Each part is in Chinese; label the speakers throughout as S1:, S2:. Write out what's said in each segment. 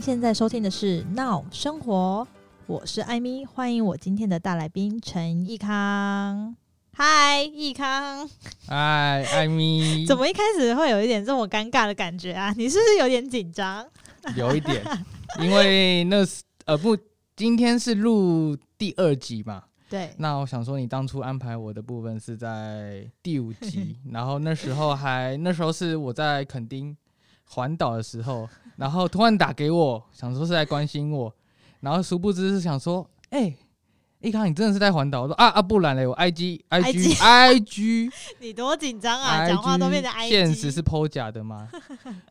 S1: 现在收听的是《闹生活》，我是艾米，欢迎我今天的大来宾陈义康。嗨，义康，
S2: 哎，艾米，
S1: 怎么一开始会有一点这么尴尬的感觉啊？你是不是有点紧张？
S2: 有一点？因为那是呃不，今天是录第二集嘛。
S1: 对，
S2: 那我想说，你当初安排我的部分是在第五 集，然后那时候还那时候是我在垦丁环岛的时候，然后突然打给我，想说是在关心我，然后殊不知是想说，哎、一康你真的是在环岛？我说啊啊，不然嘞，我 I G I G I G
S1: 你多紧张啊！讲话都变成 I，
S2: 现实是剖假 的吗？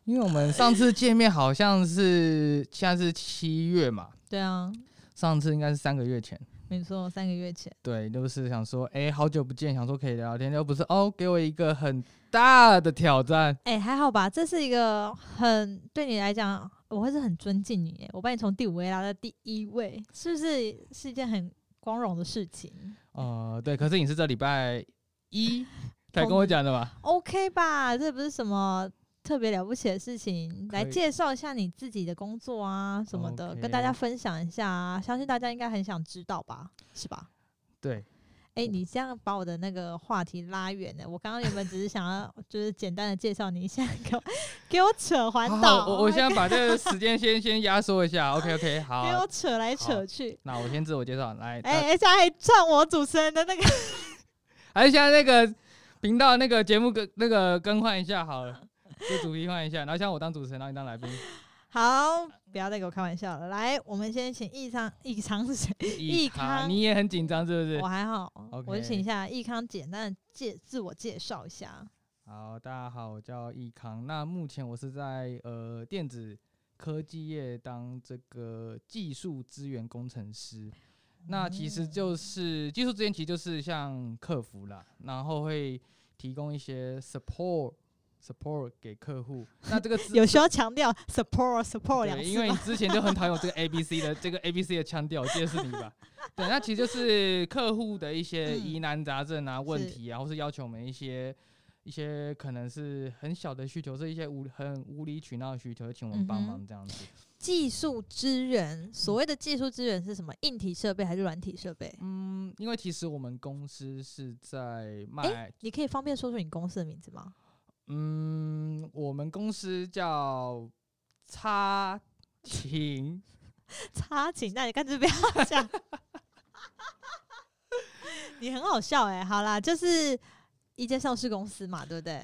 S2: 因为我们上次见面好像是现在是七月嘛，
S1: 对啊，
S2: 上次应该是三个月前。
S1: 没错，三个月前。
S2: 对，就是想说，哎、好久不见，想说可以聊聊天，又不是哦，给我一个很大的挑战。
S1: 哎、还好吧，这是一个很对你来讲，我会是很尊敬你耶。我把你从第五位拉到第一位，是不是是一件很光荣的事情
S2: 呃，对，可是你是这礼拜 一才跟我讲的嘛？
S1: ？OK 吧，这不是什么特别了不起的事情。来
S2: 可以
S1: 介绍一下你自己的工作啊什么的
S2: OK
S1: 跟大家分享一下啊，相信大家应该很想知道吧，是吧？
S2: 对，
S1: 哎、你这样把我的那个话题拉远了。我刚刚原本只是想要，就是简单的介绍你一下，给我给我扯环
S2: 好
S1: 岛，
S2: 我我现在把这个时间先先压缩一下。OK OK，好
S1: 给，我扯来
S2: 好
S1: 扯去。
S2: 那我先自我介绍，来，
S1: 哎、而且还唱我主持人的那个，
S2: 还是哎现在那个频道那个节目更那个更换一下好了，就主题换一下，然后像我当主持人，然后你当来宾，
S1: 好，不要再给我开玩笑了。来，我们先请易昌，易昌是谁？易康
S2: 你也很紧张是不是
S1: 我？哦还好
S2: OK
S1: 我就请一下易康简单的介自我介绍一下。
S2: 好，大家好，我叫易康。那目前我是在呃电子科技业当这个技术资源工程师。
S1: 哦
S2: 那其实就是技术资源，其实就是像客服啦，然后会提供一些 support support 给客户。那这个资
S1: 有需要强调 support support 两
S2: 对，因
S1: 次
S2: 为你
S1: 吗？
S2: 之前就很讨厌我 这个 A B C 的这个 A B C 的腔调，我记得是你吧？对，那其实就是客户的一些
S1: 嗯
S2: 疑难杂症啊、问题啊，或是要求我们一些一些可能是很小的需求，是一些无很无理取闹的需求，请我们
S1: 嗯
S2: 帮忙这样子。
S1: 技术支援，
S2: 嗯
S1: 所谓的技术支援是什么？硬体设备还是软体设备？
S2: 嗯，因为其实我们公司是在卖，
S1: 你可以方便说出你公司的名字 吗？
S2: 嗯，我们公司叫差勤
S1: 插请，那你干脆不要 讲。你很好笑哎、好啦，就是一间上市公司嘛，对不对？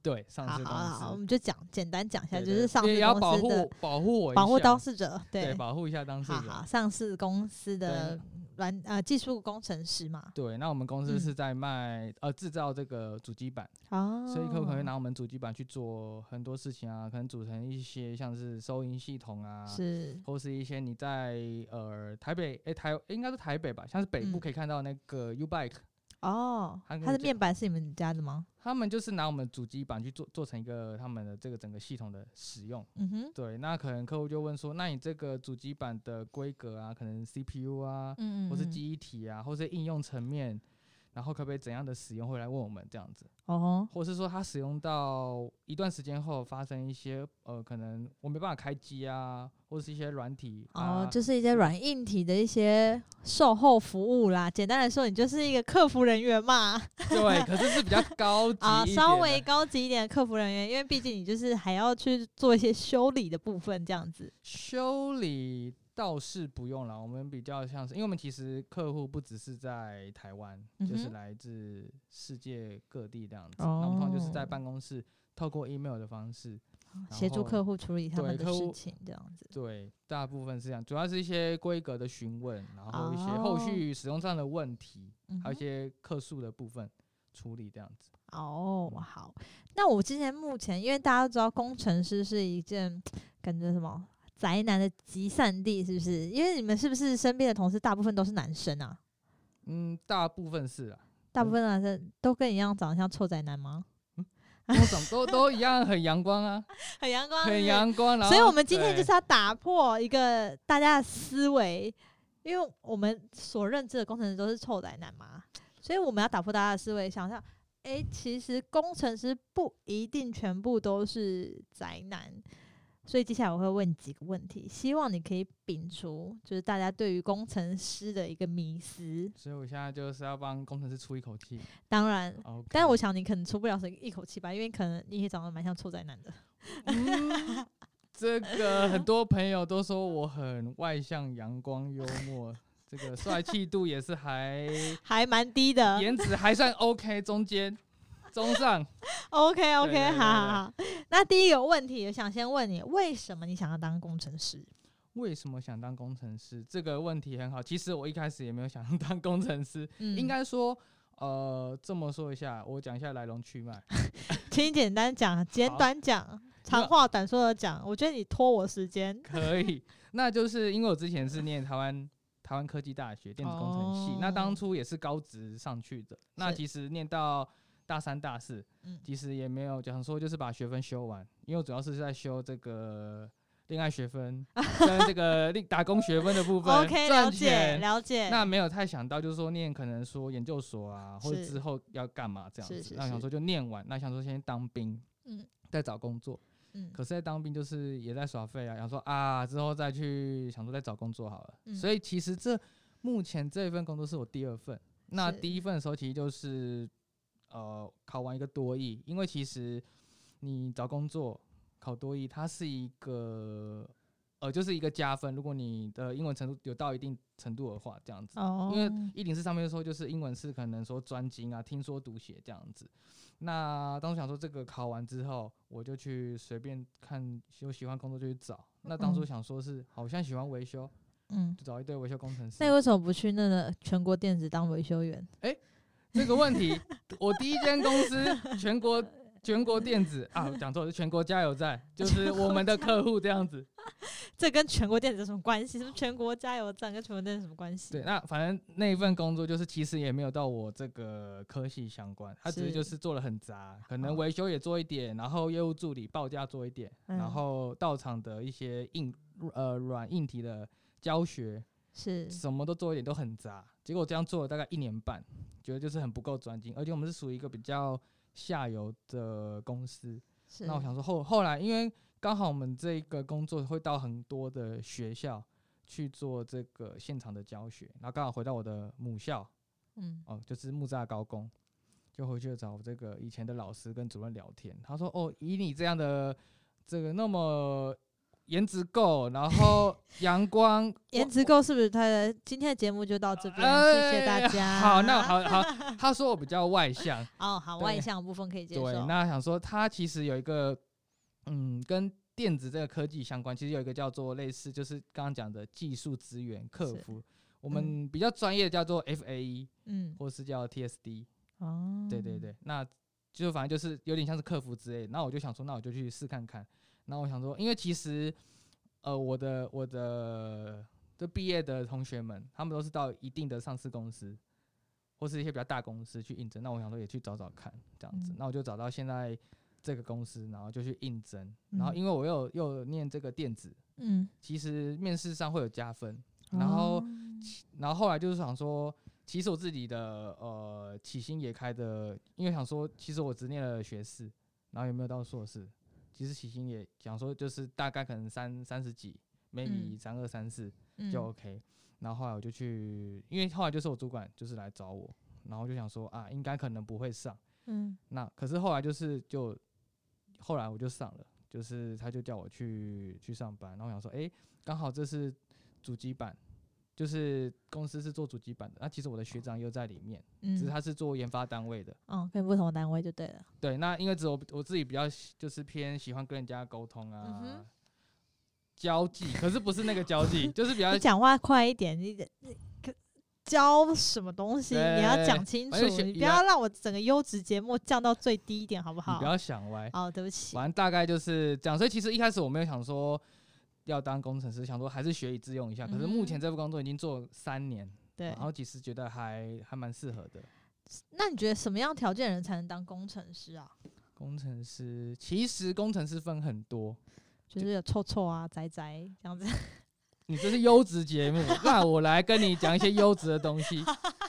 S2: 对上
S1: 好
S2: 市
S1: 好
S2: 公
S1: 好好，我
S2: 司。
S1: 们就讲简单讲一下，
S2: 对
S1: 就
S2: 对
S1: 是上
S2: 也
S1: 市
S2: 也要保
S1: 公司的
S2: 护保护我一
S1: 保护
S2: 下
S1: 当事者，
S2: 对，保护一下当事
S1: 好
S2: 人。
S1: 好，上市公司的软呃技术工程师嘛，
S2: 对，那我们公司
S1: 嗯
S2: 是在卖、呃制造这个主机板，
S1: 哦，
S2: 所以客户可能会拿我们主机板去做很多事情啊，可能组成一些像是收银系统啊，
S1: 是
S2: 或是一些你在呃台北诶、台诶应该是台北吧，像是北部
S1: 嗯
S2: 可以看到那个 U Bike，、
S1: 哦，
S2: 他跟
S1: 它
S2: 我
S1: 的
S2: 讲
S1: 面板是你们家的吗？
S2: 他们就是拿我们主机板去做做成一个他们的这个整个系统的使用。
S1: 嗯哼，
S2: 对，那可能客户就问说，那你这个主机板的规格啊，可能 CPU 啊，
S1: 嗯嗯，
S2: 或是
S1: 嗯
S2: 记忆体啊，或是应用层面，然后可不可以怎样的使用，会来问我们这样子。
S1: 哦
S2: 或是说它使用到一段时间后发生一些呃，可能我没办法开机啊，或是一些软体啊，
S1: 哦，就是一些软硬体的一些售后服务啦。简单来说，你就是一个客服人员嘛，
S2: 对，可是是比较高级
S1: 啊，
S2: 一
S1: 稍
S2: 点
S1: 微
S2: 的
S1: 高级一点的客服人员，因为毕竟你就是还要去做一些修理的部分，这样子。
S2: 修理倒是不用了，我们比较像是，因为我们其实客户不只是在台湾，就
S1: 嗯
S2: 是
S1: 哼
S2: 来自世界各地这样子，那我们通常就是在
S1: 哦
S2: 办公室透过 email 的方式，然
S1: 协助
S2: 后
S1: 客户处理他
S2: 对
S1: 们的
S2: 客
S1: 事
S2: 户
S1: 情，这样子。
S2: 对，大部分是这样，主要是一些规格的询问，然后一些后
S1: 哦
S2: 续使用上的问题，
S1: 嗯哼
S2: 还有一些客诉的部分处理这样子。
S1: 哦，
S2: 嗯
S1: 好，那我之前目前，因为大家都知道工程师是一件感觉什么宅男的集散地，是不是？因为你们是不是身边的同事大部分都是男生啊？
S2: 嗯，大部分 是啊，
S1: 大部
S2: 嗯
S1: 分男生都跟你一样长得像臭宅男吗？
S2: 都长都都一样，很阳光啊，
S1: 很阳光
S2: 很阳光。然
S1: 哦所以
S2: 后
S1: 我们今天就
S2: 对
S1: 是要打破一个大家的思维，因为我们所认知的工程师都是臭宅男嘛，所以我们要打破大家的思维，想象，诶，其实工程师不一定全部都是宅男。所以接下来我会问几个问题，希望你可以摒除就是大家对于工程师的一个迷思。
S2: 所以我现在就是要帮工程师出一口 气。
S1: 当然，
S2: OK，
S1: 但是我想你可能出不了什一口气吧，因为可能你也长得蛮像臭宅男的。
S2: 嗯这个很多朋友都说我很外向、阳光、幽默，这个帅气度也是还，
S1: 还蛮低的。
S2: 颜值还算 OK，中间中上。
S1: OK
S2: 对对
S1: OK，
S2: 对
S1: 好好好。那第一个问题，我想先问你，为什么你想要当工程师？
S2: 为什么想当工程师？这个问题很好。其实我一开始也没有想当 工程师，
S1: 嗯
S2: 应该说，呃，这么说一下，我讲一下来龙去脉。
S1: 请简单讲，简短讲，长话短说的讲。我觉得你拖我时间。
S2: 可以， 那就是因为我之前是念台湾台湾科技大学电子工程系，那
S1: 哦
S2: 当初也是高职上去的。那
S1: 是
S2: 其实念到大三、大四，
S1: 嗯
S2: 其实也没有讲说就是把学分修完，因为我主要是在修这个恋爱学分 跟这个另打工学分的部分
S1: OK，了
S2: 赚
S1: 解
S2: 钱。
S1: 了解。
S2: 那没有太想到，就是说念可能说研究所啊，或者
S1: 是
S2: 之后要干嘛这样
S1: 是
S2: 子
S1: 是。
S2: 那想
S1: 是
S2: 说就念完，那想说先当兵，
S1: 嗯
S2: 再找工作。
S1: 嗯
S2: 可是，在当兵就是也在耍废啊，想说啊，之后再去想说再找工作好了。
S1: 嗯
S2: 所以其实这目前这一份工作是我第二份。那
S1: 是
S2: 第一份的时候，其实就是呃考完一个多艺，因为其实你找工作考多艺，它是一个呃就是一个加分。如果你的英文程度有到一定程度的话，这样子。
S1: 哦，
S2: 因为一零四上面说就是英文是可能说专精啊，听说读写这样子。那当初想说这个考完之后，我就去随便看有喜欢工作就去找。那当初
S1: 嗯
S2: 想说是好像喜欢维修，
S1: 嗯，
S2: 就找一堆维修工程师
S1: 那。你为什么不去那个全国电子当维修员？
S2: 这个问题，我第一间公司全国全国电子啊，讲错了，是全国加油站，就是我们的客户这样子。
S1: 这跟全国电子有什么关系？什么全国加油站跟全国电子有什么关系？
S2: 对，那反正那一份工作就是其实也没有到我这个科系相关，它只是就是是做了很杂，可能
S1: 哦
S2: 维修也做一点，然后业务助理报价做一点，
S1: 嗯
S2: 然后到场的一些硬呃软硬体的教学，
S1: 是
S2: 什么都做一点，都很杂。结果这样做了大概一年半，觉得就是很不够专精，而且我们是属于一个比较下游的公司。
S1: 是。
S2: 那我想说后后来，因为刚好我们这个工作会到很多的学校去做这个现场的教学，然后刚好回到我的母校
S1: 嗯，
S2: 哦，就是木栅高工，就回去找我这个以前的老师跟主任聊天。他说：“哦，以你这样的这个那么颜值够，然后 阳光，
S1: 颜值够是不是？他的今天的节目就到这边，
S2: 哎
S1: 谢谢大家。
S2: 好，那好好。 他说我比较外向，
S1: 哦，好，
S2: 对
S1: 外向的部分可以接受。
S2: 对，那想说它其实有一个，嗯，跟电子这个科技相关，其实有一个叫做类似，就是刚刚讲的技术资源客
S1: 是
S2: 服，我们比较专业的叫做 FAE
S1: 嗯，
S2: 或是叫 TSD，、
S1: 哦，
S2: 对对，对，那就反正就是有点像是客服之类的。那我就想说，那我就去试看看。那我想说，因为其实，呃，我的我的就毕业的同学们，他们都是到一定的上市公司或是一些比较大公司去应征。那我想说也去找找看，这样子。
S1: 嗯
S2: 那我就找到现在这个公司，然后就去应征。然后
S1: 嗯
S2: 因为我又又有念这个电子，
S1: 嗯，
S2: 其实面试上会有加分。然后
S1: 哦
S2: 然后后来就是想说，其实我自己的呃起薪也开的，因为想说，其实我只念了学士，然后也没有到硕士，其实起薪也想说就是大概可能三三十几，maybe
S1: 嗯
S2: 三二三四就
S1: 嗯
S2: OK、然后后来我就去，因为后来就是我主管就是来找我，然后我就想说啊，应该可能不会上。
S1: 嗯
S2: 那可是后来就是就后来我就上了，就是他就叫我去去上班，然后我想说，诶，刚好这是主机板，就是公司是做主机板的，那其实我的学长又在里面，只是
S1: 嗯，
S2: 他是做研发单位的。
S1: 哦，跟不同的单位就对了。
S2: 对，那因为只有我我自己比较喜就是偏喜欢跟人家沟通啊。
S1: 嗯哼
S2: 交际，可是不是那个交际，就是比较
S1: 你讲话快一点，你你可教什么东西？
S2: 对
S1: 你要讲清楚
S2: 反正，选
S1: 你不
S2: 以来
S1: 要让我整个优质节目降到最低一点，好不
S2: 你
S1: 好
S2: 不？要想歪。
S1: 哦，对不起，
S2: 反正大概就是这样。所以其实一开始我没有想说要当工程师，想说还是学以致用一下。可是目前
S1: 嗯
S2: 这份工作已经做三年，
S1: 对
S2: 然。后其实觉得还还蛮适合的。
S1: 那你觉得什么样条件的人才能当工程师啊？
S2: 工程师其实工程师分很多，
S1: 就是有臭臭啊、宅宅这样子。
S2: 你这是优质节目，那我来跟你讲一些优质的东西。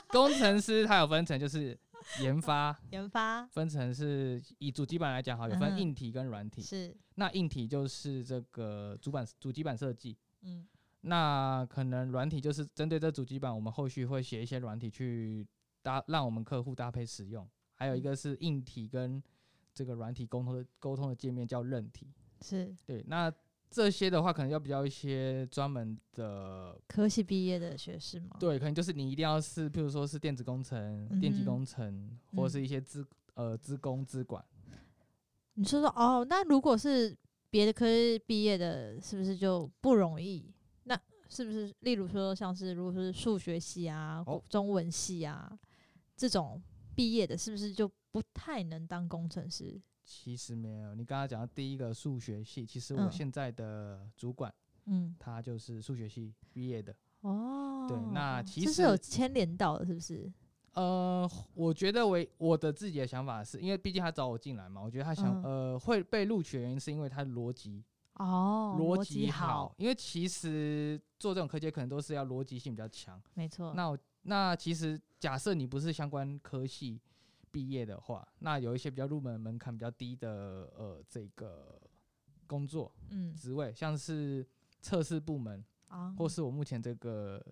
S2: 工程师他有分成，就是研发
S1: 研 发
S2: 分成是以主机板来讲好，有
S1: 嗯
S2: 分
S1: 哼
S2: 硬体跟软体。
S1: 是，
S2: 那硬体就是这个主板主机板设计，
S1: 嗯
S2: 那可能软体就是针对这主机板，我们后续会写一些软体去搭，让我们客户搭配使用。还有一
S1: 嗯
S2: 个是硬体跟这个软体沟通的沟通的界面叫韧体。
S1: 是
S2: 对，那这些的话可能要比较一些专门的，
S1: 科系毕业的学士吗？，
S2: 对，可能就是你一定要是，譬如说是电子工程、电
S1: 嗯
S2: 机
S1: 哼嗯
S2: 工程，或是一些资呃资工资管。
S1: 你说说哦，那如果是别的科系毕业的，是不是就不容易？那是不是例如说像是如果是数学系啊、
S2: 哦
S1: 中文系啊这种毕业的，是不是就不太能当工程师？
S2: 其实没有，你刚刚讲到第一个数学系，其实
S1: 嗯
S2: 我现在的主管、
S1: 嗯，
S2: 他就是数学系毕业的。
S1: 哦，
S2: 那其
S1: 这是有
S2: 实
S1: 牵连到的，是不是？
S2: 呃，我觉得为我的自己的想法是，因为毕竟他找我进来嘛，我觉得他想、呃会被录取的原因是因为他的逻辑
S1: 哦，
S2: 逻
S1: 辑
S2: 辑好，，因为其实做这种科技可能都是要逻辑性比较强。
S1: 没错。
S2: 那我那其实假设你不是相关科系毕业的话，那有一些比较入门门槛比较低的呃这个工作
S1: 嗯
S2: 职位，像是测试部门，
S1: 啊，
S2: 或是我目前这个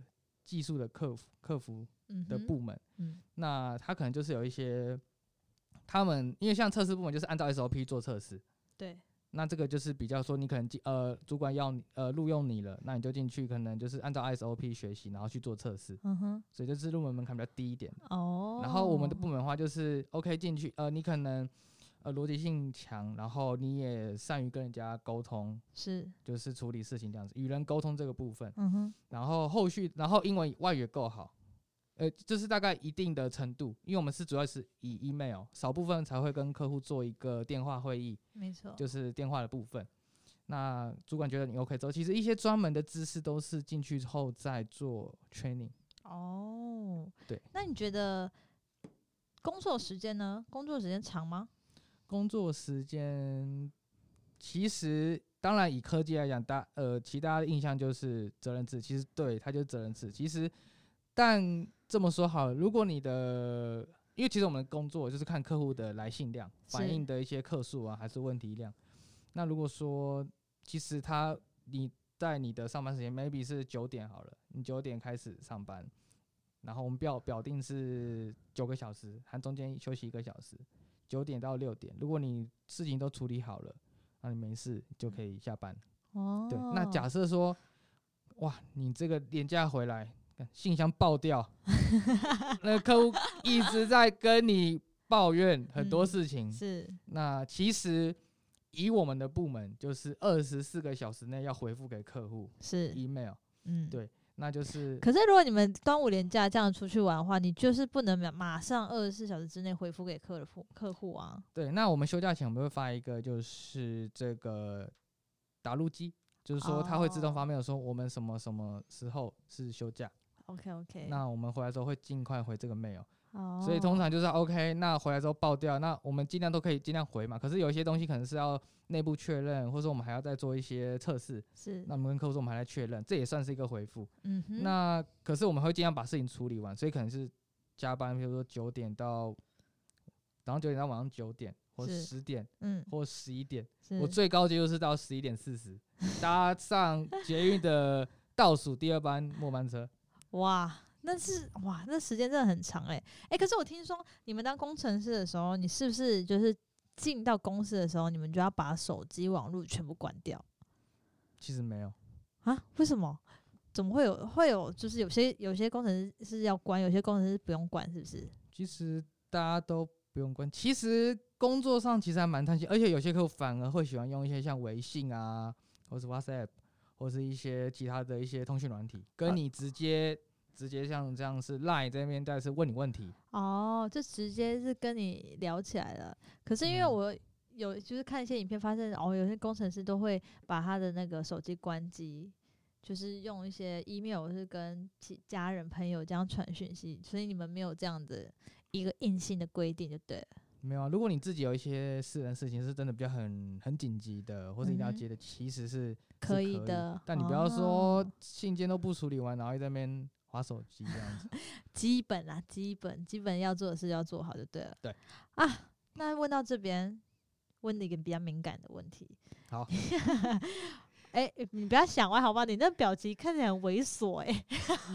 S2: 技术的客服客服
S1: 嗯
S2: 的
S1: 哼
S2: 部门。
S1: 嗯
S2: 那他可能就是有一些，他们因为像测试部门就是按照 SOP 做测试，
S1: 对，
S2: 那这个就是比较说你可能进呃主管要你呃录用你了，那你就进去可能就是按照 SOP 学习，然后去做测试，
S1: 嗯哼，
S2: 所以就是入门门槛比较低一点。
S1: 哦，
S2: 然后我们的部门的话就是 OK 进去呃你可能呃逻辑性强，然后你也善于跟人家沟通，
S1: 是，
S2: 就是处理事情这样子，与人沟通这个部分。
S1: 嗯哼，
S2: 然后后续，然后英文外语也够好，呃，就是大概一定的程度，因为我们是主要是以 email 少部分才会跟客户做一个电话会议，
S1: 没错，
S2: 就是电话的部分。那主管觉得你 OK 之后，其实一些专门的知识都是进去之后再做 training。
S1: 哦，
S2: 对。
S1: 那你觉得工作时间呢？工作时间长吗？
S2: 工作时间其实当然以科技来讲，大呃，其他的印象就是责任制，其实对它就是责任制。其实，但这么说好了，如果你的因为其实我们的工作就是看客户的来信量、反
S1: 是
S2: 映的一些客数啊，还是问题量。那如果说其实他你在你的上班时间 maybe 是九点好了，你九点开始上班，然后我们表表定是九个小时，含中间休息一个小时，九点到六点。如果你事情都处理好了，那你没事就可以下班。
S1: 哦，
S2: 对，那假设说，哇，你这个廉价回来，干信箱 爆掉，那个客户一直在跟你抱怨很多
S1: 嗯
S2: 事情，
S1: 是
S2: 那其实以我们的部门，就是二十四个小时内要回复给客户
S1: 是，
S2: email，
S1: 嗯，
S2: 对那就是
S1: 可是如果你们端午连假这样出去玩的话，你就是不能马马上二十四小时之内回复给客户客户啊。
S2: 对。那我们休假前我们会发一个，就是这个打录机，就是说它会自
S1: 哦
S2: 动发 mail 说我们什么什么时候是休假，
S1: OK OK，
S2: 那我们回来之后会尽快回这个 mail。
S1: 哦，
S2: 所以通常就是 OK，那回来之后爆掉，那我们尽量都可以尽量回嘛。可是有一些东西可能是要内部确认，或者说我们还要再做一些测试，
S1: 是
S2: 那我们跟客户说我们还在确认，这也算是一个回复。
S1: 嗯哼，
S2: 那可是我们会尽量把事情处理完，所以可能是加班，比如说九点到早上九点到晚上九点，或
S1: 是
S2: 十点，
S1: 嗯
S2: 或十一点。
S1: 是
S2: 我最高纪录是到十一点四十，搭上捷运的倒数第二班末班车。
S1: 哇，那是哇，那时间真的很长哎、欸、哎、可是我听说你们当工程师的时候，你是不是就是进到公司的时候，你们就要把手机网络全部关掉
S2: 其实没有，
S1: 啊？为什么？怎么会有会有？就是有些有些工程师是要关，有些工程师不用关，是不是？
S2: 其实大家都不用关。其实工作上其实还蛮贪心，而且有些客户反而会喜欢用一些像微信啊，或是 WhatsApp，或是一些其他的一些通讯软体，
S1: 啊
S2: 跟你直接、直接像这样是 Line 这边但是问你问题。
S1: 哦，就直接是跟你聊起来了。可是因为
S2: 嗯
S1: 我有就是看一些影片，发现哦，有些工程师都会把他的那个手机关机，就是用一些 email 或是跟其家人朋友这样传讯息，所以你们没有这样的一个硬性的规定，就对了。
S2: 没有啊，如果你自己有一些私人事情是真的比较很很紧急的，或者一定要
S1: 嗯哼
S2: 接的，其实是
S1: 可
S2: 以
S1: 以的
S2: 但你不要说
S1: 哦
S2: 信件都不处理完，然后在那边划手机这样子。
S1: 基本啦，基本基本要做的事要做好就对了。
S2: 对
S1: 啊，那问到这边，问你一个比较敏感的问题。
S2: 好
S1: 哎、你不要想歪好不好？你那表情看起来很猥琐哎、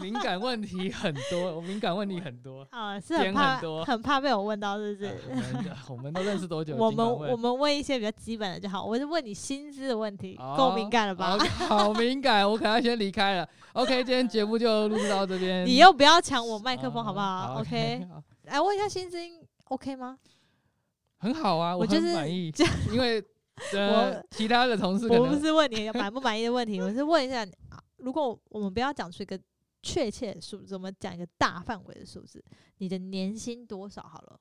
S2: 敏感问题很多，我敏感问题很多。
S1: 啊，是 很
S2: 天
S1: 怕
S2: 很多
S1: 怕被我问到，是不是？
S2: 呃我们我们都认识多久？
S1: 我
S2: 尽
S1: 们
S2: 管问
S1: 我们问一些比较基本的就好，我就问你薪资的问题，
S2: 哦
S1: 够、敏感了吧？
S2: 好好敏感，我可能要先离开了。OK，今天节目就录制到这 边。
S1: 你又不要抢我麦克风
S2: 哦
S1: 好不好？OK，
S2: 好
S1: 来问一下薪资 OK 吗？
S2: 很好啊，
S1: 我
S2: 很
S1: 就是
S2: 满意
S1: 这，
S2: 因为呃
S1: 我
S2: 其他的同事可
S1: 我不
S2: 能
S1: 是问你满不满意的问题，我是问一下你，啊如果我们不要讲出一个确切的数字，我们讲一个大范围的数字，你的年薪多少好了？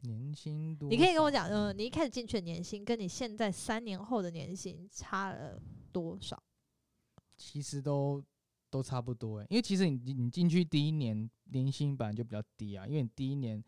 S2: 年薪多少，
S1: 你可以跟我讲，嗯、你一开始进去的年薪跟你现在三年后的年薪差了多少？
S2: 其实都都差不多欸，因为其实你你进去第一年年薪本来就比较低啊，因为你第一年。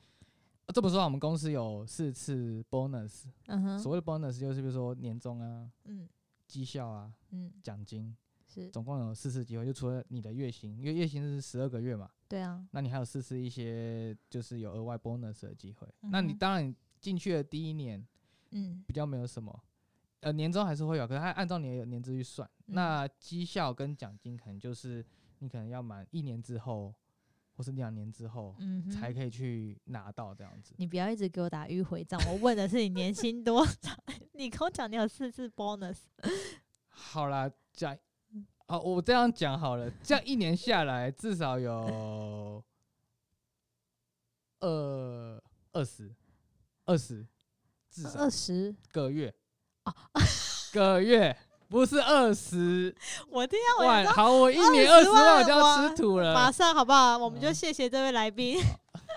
S2: 呃这么说啊，我们公司有四次 bonus，、
S1: 嗯哼，
S2: 所谓的 bonus 就是比如说年终啊、
S1: 嗯
S2: 绩效啊、
S1: 嗯，
S2: 奖金，
S1: 是
S2: 总共有四次机会，就除了你的月薪，因为月薪是十二个月嘛，
S1: 对啊，
S2: 那你还有四次一些就是有额外 bonus 的机会。那
S1: 嗯
S2: 你
S1: 哼
S2: 当然你进去的第一年
S1: 嗯
S2: 比较没有什么，呃，年终还是会有，可是它按照你的年资去算。
S1: 嗯
S2: 那绩效跟奖金可能就是你可能要满一年之后，或是两年之后、
S1: 嗯哼，
S2: 才可以去拿到这样子。
S1: 你不要一直给我打迂回仗，我问的是你年薪多少。 你跟我讲你有四次 bonus，
S2: 好啦，讲啊，我这样讲好了，这样一年下来至 少有二二十二十，至少
S1: 二哦十，
S2: 个月个月不是二十
S1: 我听到我
S2: 万，
S1: 想说
S2: 好，我一年二
S1: 20
S2: 十万我
S1: 万
S2: 就要
S1: 哇
S2: 吃土
S1: 马
S2: 了。
S1: 上好不好？我们就
S2: 呃嗯
S1: 谢谢这位来宾，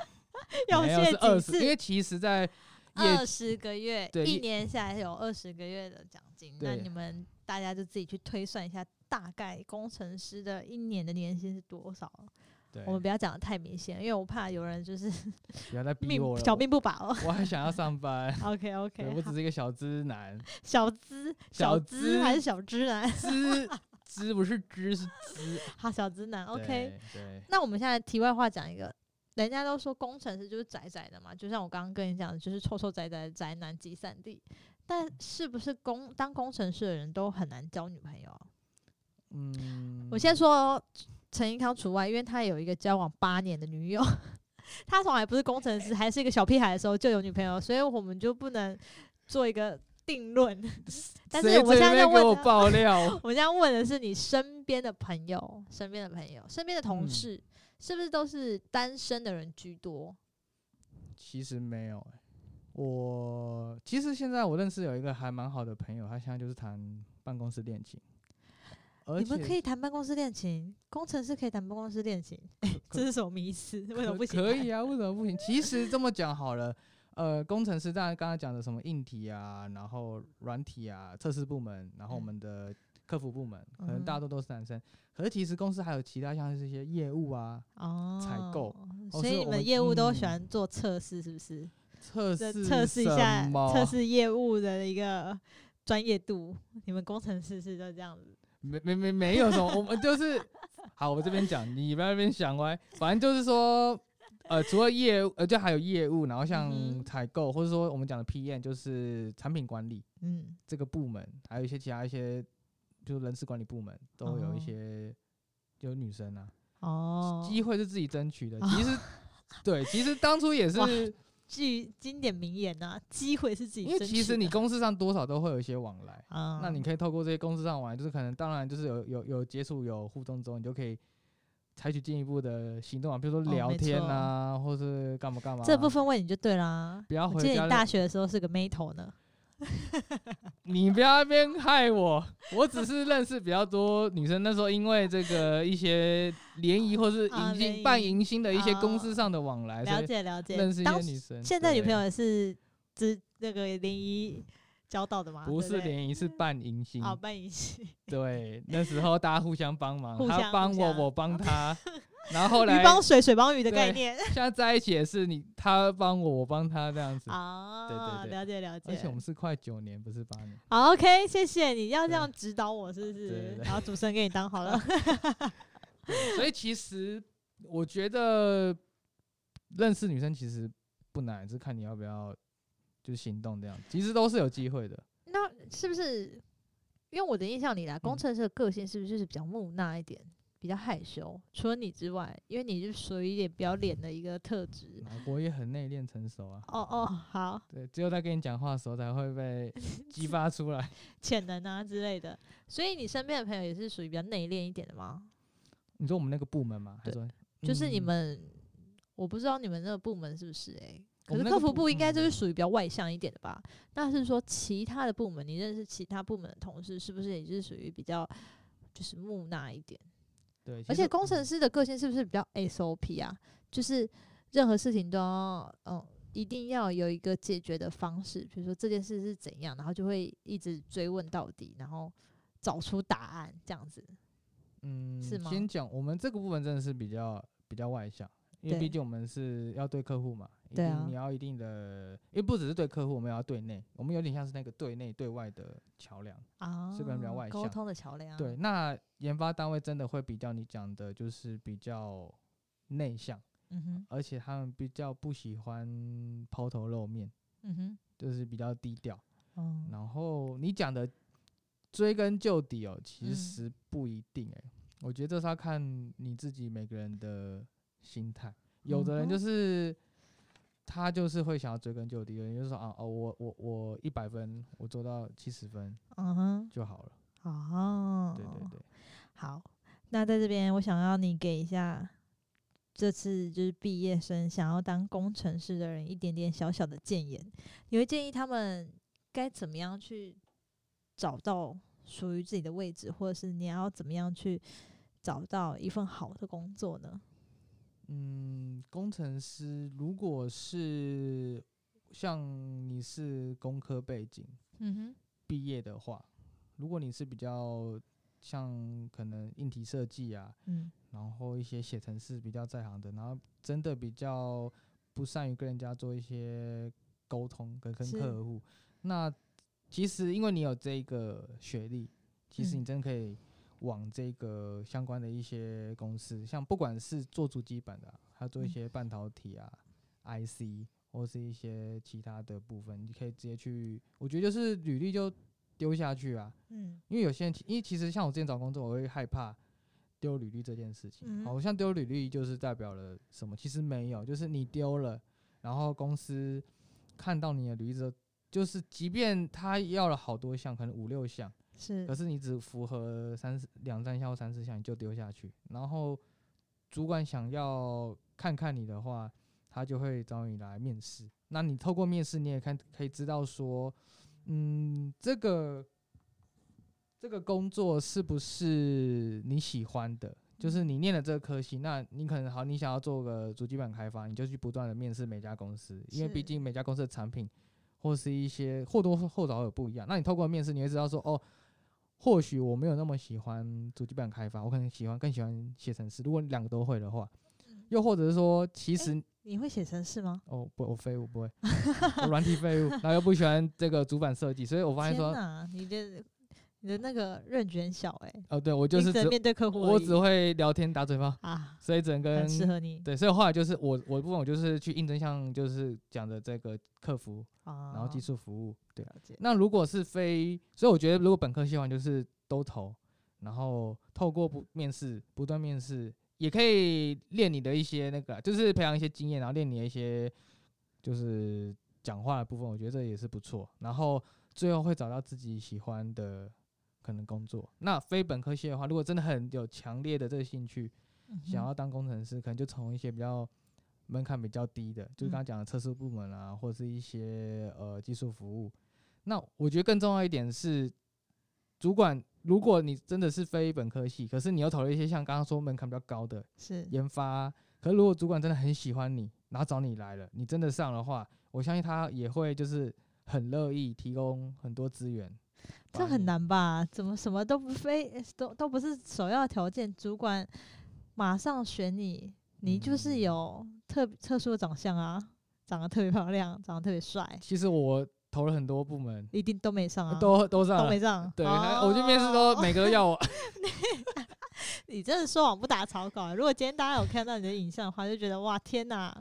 S2: 没有
S1: 谢
S2: 是二
S1: 几
S2: 十，因
S1: 次。
S2: 为其实在
S1: 二
S2: 业
S1: 十个月，
S2: 对
S1: 一
S2: 业
S1: 年下来有二十个月的奖金，那
S2: 对
S1: 你们大家就自己去推算一下，大概工程师的一年的年薪是多少？
S2: 对，
S1: 我们不要讲的太明显，因为我怕有人就是
S2: 不要再逼
S1: 命
S2: 我
S1: 小
S2: 了，
S1: 命不保 哦。。
S2: 我还想要上班
S1: OK
S2: 对
S1: OK，
S2: 我只是一个小资男，
S1: 小资
S2: 小
S1: 资
S2: 资
S1: 还是小资男？
S2: 资资不是知是资。
S1: 好，小资男 OK。
S2: 对对，
S1: 那我们现在题外话讲一个，人家都说工程师就是宅宅的嘛，就像我刚刚跟你讲的，就是臭臭宅宅的宅男集散地。但是不是工当工程师的人都很难交女朋友啊？
S2: 嗯，
S1: 我先说陈英康除外，因为他有一个交往八年的女友， 他从来不是工程师，还是一个小屁孩的时候就有女朋友，所以我们就不能做一个定论。 但是
S2: 谁
S1: 我现
S2: 这
S1: 在
S2: 边
S1: 在
S2: 给
S1: 问
S2: 我
S1: 他，
S2: 爆料
S1: 我现在问的是你身边的朋友，身边的朋友，身边的同
S2: 嗯
S1: 事，是不是都是单身的人居多？
S2: 其实没有、欸，我其实现在我认识有一个还蛮好的朋友，他现在就是谈办公室恋情，而
S1: 你
S2: 且
S1: 们可以谈办公室恋情，工程师可以谈办公室恋情，
S2: 可
S1: 这是什么迷思？为什么
S2: 可
S1: 不行？
S2: 可以啊，为什么不行？其实这么讲好了，呃，工程师当然刚才讲的什么硬体啊，然后软体啊，测试部门，然后我
S1: 嗯
S2: 们的客服部门，可
S1: 嗯
S2: 能大多都是男生。可是其实公司还有其他像是一些业务啊、
S1: 哦，
S2: 采购，
S1: 所以
S2: 是
S1: 你
S2: 我
S1: 们
S2: 们
S1: 业务都喜
S2: 嗯
S1: 欢做测试，是不是？
S2: 测
S1: 这
S2: 试
S1: 测试一下
S2: 什么
S1: 测试业务的一个专业度。你们工程师是就这样子，
S2: 没没没没有什么，我们就是好，我这边讲，你不要那边想歪，反正就是说，呃，除了业务，呃，就还有业务，然后
S1: 嗯
S2: 像
S1: 哼
S2: 采购，或者说我们讲的 PM，就是产品管理
S1: 嗯，
S2: 这个部门，还有一些其他一些，就是人事管理部门，都会有
S1: 哦
S2: 一些、有女生啊，
S1: 哦，
S2: 机会是自己争取 的，其实。对，其实当初也
S1: 哇
S2: 是，
S1: 句经典名言呐、机会是自己
S2: 因为
S1: 争
S2: 其实
S1: 取
S2: 你
S1: 的
S2: 公司上多少都会有一些往来，
S1: 啊，
S2: 那你可以透过这些公司上玩，就是可能当然就是有有有接触有互动之后，你就可以采取进一步的行动啊，比如
S1: 哦
S2: 说聊
S1: 没
S2: 天
S1: 错
S2: 啊，或是干嘛干嘛啊。
S1: 这部分问你就对啦。
S2: 不要
S1: 我
S2: 回
S1: 记得
S2: 家
S1: 你
S2: 了
S1: 大学的时候是个妹头呢，
S2: 你不要在那边害我，我只是认识比较多女生。那时候因为这个一些联谊或是
S1: 啊
S2: 迎
S1: 联
S2: 新、
S1: 谊
S2: 办迎新的一些公
S1: 啊
S2: 司上的往来，
S1: 了
S2: 所以
S1: 解了解。
S2: 认识一些
S1: 当
S2: 女生。
S1: 现在女
S2: 对
S1: 朋友是只那个联谊交到的吗？
S2: 不
S1: 对对
S2: 是联谊，是办迎新。
S1: 啊，办一起，
S2: 对，那时候大家互相帮 忙
S1: 互，相
S2: 他
S1: 互
S2: 帮
S1: 相
S2: 我，我 帮他，然 后后来
S1: 鱼帮水，水帮鱼的
S2: 对
S1: 概念
S2: 现在在一起也是你他帮我，我帮他这样子。
S1: 啊，
S2: 对
S1: 了解了解。
S2: 而且我们是快九年，不是八年。
S1: 好，OK，谢谢你要这
S2: 对
S1: 样指导我，是不是
S2: 对？对
S1: 然后主持人给你当好了。
S2: 对所以其实我觉得认识女生其实不难，是看你要不要就是行动这样，其实都是有机会的。
S1: 那是不是？因为我的印象里啦，工
S2: 嗯
S1: 程师的个性是不是就是比较木讷一点，比较害羞？除了你之外，因为你是属于一点比较脸的一个特质。
S2: 老婆也很内敛成熟啊，
S1: 哦哦，好，
S2: 对，只有在跟你讲话的时候才会被 激发出来。
S1: 潜能啊之类的。所以你身边的朋友也是属于比较内敛一点的吗？
S2: 你说我们那个部门嘛，还
S1: 对
S2: 说
S1: 就是你
S2: 嗯
S1: 们，我不知道你们那个部门是不是诶、
S2: 我
S1: 可是
S2: 们那
S1: 客服
S2: 个部
S1: 部应该就是
S2: 嗯
S1: 属于比较外向一点的吧？那是说其他的部门，你认识其他部门的同事，是不是也是属于比较就是木讷一点？
S2: 对，其
S1: 而且
S2: 实
S1: 工程
S2: 嗯
S1: 师的个性是不是比较 SOP 啊？就是任何事情都要嗯，一定要有一个解决的方式，比如说这件事是怎样，然后就会一直追问到底，然后找出答案这样子。
S2: 嗯，
S1: 是吗
S2: 先讲我们这个部分真的是比较比较外向，因为
S1: 对
S2: 毕竟我们是要对客户嘛，一
S1: 对
S2: 定
S1: 啊
S2: 你要一定的，因为不只是对客户，我们也要对内，我们有点像是那个对内对外的桥梁。
S1: 啊，
S2: 是不是比较外
S1: 沟
S2: 向
S1: 通的桥梁。
S2: 对，，那研发单位真的会比较你讲的，就是比较内向，
S1: 嗯哼，
S2: 而且他们比较不喜欢抛头露面，
S1: 嗯哼，
S2: 就是比较低调。
S1: 哦，
S2: 然后你讲的追根究底哦，其
S1: 嗯
S2: 实不一定诶、我觉得这是要看你自己每个人的心态。有的人就
S1: 嗯
S2: 是他就是会想要追根究底，有人就说啊哦，我我我一百分，我做到七十分
S1: 嗯哼，
S2: 就好了。
S1: 哦，
S2: 对对对，
S1: 好，那在这边我想要你给一下这次就是毕业生想要当工程师的人一点点小小的建言，你会建议他们该怎么样去找到属于自己的位置，或者是你要怎么样去找到一份好的工作呢？
S2: 嗯，工程师如果是像你是工科背景，
S1: 嗯哼，
S2: 毕业的话，如果你是比较像可能硬体设计啊，
S1: 嗯
S2: 然后一些写程式比较在行的，然后真的比较不善于跟人家做一些沟通跟跟
S1: 是
S2: 客户，那其实因为你有这个学历，其实
S1: 嗯
S2: 你真的可以往这个相关的一些公司，像不管是做主机板的啊、还有做一
S1: 嗯
S2: 些半导体啊、IC 或是一些其他的部分，你可以直接去，我觉得就是履历就丢下去啊，
S1: 嗯
S2: 因为有些人其，因为其实像我之前找工作，我会害怕丢履历这件事情。
S1: 嗯哼
S2: 好像丢履历就是代表了什么？其实没有，就是你丢了，然后公司看到你的履历之后，就是即便他要了好多项，可能五六项，
S1: 是
S2: 可是你只符合三四两三项或三四项，你就丢下去。然后主管想要看看你的话，他就会找你来面试。那你透过面试，你也看可以知道说，嗯，这个这个工作是不是你喜欢的？就是你念了这科系，那你可能好，你想要做个主机板开发，你就去不断的面试每家公司，因为毕
S1: 是
S2: 竟每家公司的产品或是一些或多或少有不一样。那你透过面试，你会知道说，哦，或许我没有那么喜欢主机板开发，我可能喜欢更喜欢写程式。如果你两个都会的话，
S1: 嗯
S2: 又或者是说，其实、
S1: 你会写程式吗？
S2: 哦不，我废物不会， 我软体废物，然后又不喜欢这个主板设计，所以我发现
S1: 天
S2: 说，
S1: 哪，你的你的那个任卷小诶、
S2: 哦，对我就
S1: 你
S2: 是
S1: 只能
S2: 只
S1: 面对客户而
S2: 我
S1: 已
S2: 只会聊天打嘴炮，
S1: 啊，
S2: 所以只能跟
S1: 很适合你
S2: 对，所以后来就是我我的部分我就是去应征像就是讲的这个客服，
S1: 啊，
S2: 然后技术服务，对。
S1: 了解，
S2: 那如果是非，所以我觉得如果本科系的话，就是都投，然后透过不面试，不断面试，也可以练你的一些那个啊，就是培养一些经验，然后练你的一些就是讲话的部分，我觉得这也是不错。然后最后会找到自己喜欢的可能工作。那非本科系的话，如果真的很有强烈的这个兴趣，想
S1: 嗯哼
S2: 要当工程师，可能就从一些比较门槛比较低的，就是刚
S1: 嗯
S2: 刚讲的测试部门啊，或是一些呃技术服务。那我觉得更重要一点是，主管如果你真的是非本科系，可是你又投了一些像刚刚说门槛比较高的
S1: 是
S2: 研发啊、可是如果主管真的很喜欢你，然后找你来了，你真的上的话，我相信他也会就是很乐意提供很多资源。
S1: 这很。难吧？怎么什么都不非呃都都不是首要条件，主管马上选你，你就是
S2: 嗯
S1: 有特特殊的长相啊，长得特别漂亮，长得特别帅，
S2: 其实我投了很多部门，
S1: 一定都没上啊，
S2: 呃都都上
S1: 都
S2: 了
S1: 没上。
S2: 对，还我去面试都
S1: 哦
S2: 每个都要我，
S1: 你真的说谎不打草稿。啊如果今天大家有看到你的影像的话，就觉得哇天哪，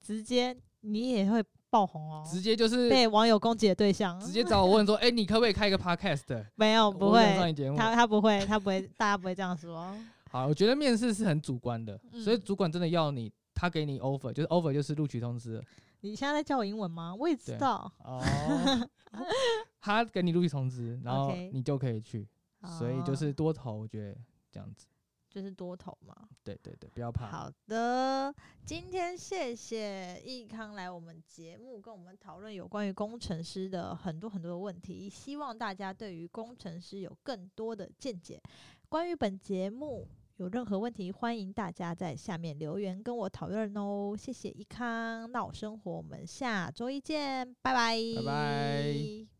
S1: 直接你也会爆红哦，
S2: 直接就是
S1: 被网友攻击的对象。
S2: 直接找我问说，哎、你可不可以开一个 podcast？
S1: 没有
S2: 我
S1: 不
S2: 想上
S1: 会，
S2: 你节目。
S1: 他他不会，他不会，大家不会这样说。
S2: 好，我觉得面试是很主观的，所以
S1: 嗯
S2: 主管真的要你，他给你 offer，就是 offer 就是录取通知了。
S1: 你现在在教我英文吗？我也知
S2: 对
S1: 道。
S2: 哦， 他给你录取通知，然后
S1: OK
S2: 你就可以去。所以就
S1: 哦
S2: 是多投，我觉得这样子。
S1: 就是多头嘛。
S2: 对对对，不要怕。
S1: 好的，今天谢谢易康来我们节目，跟我们讨论有关于工程师的很多很多的问题，希望大家对于工程师有更多的见解。关于本节目有任何问题，欢迎大家在下面留言跟我讨论哦。谢谢易康，闹生活，我们下周一见，拜拜，
S2: 拜拜。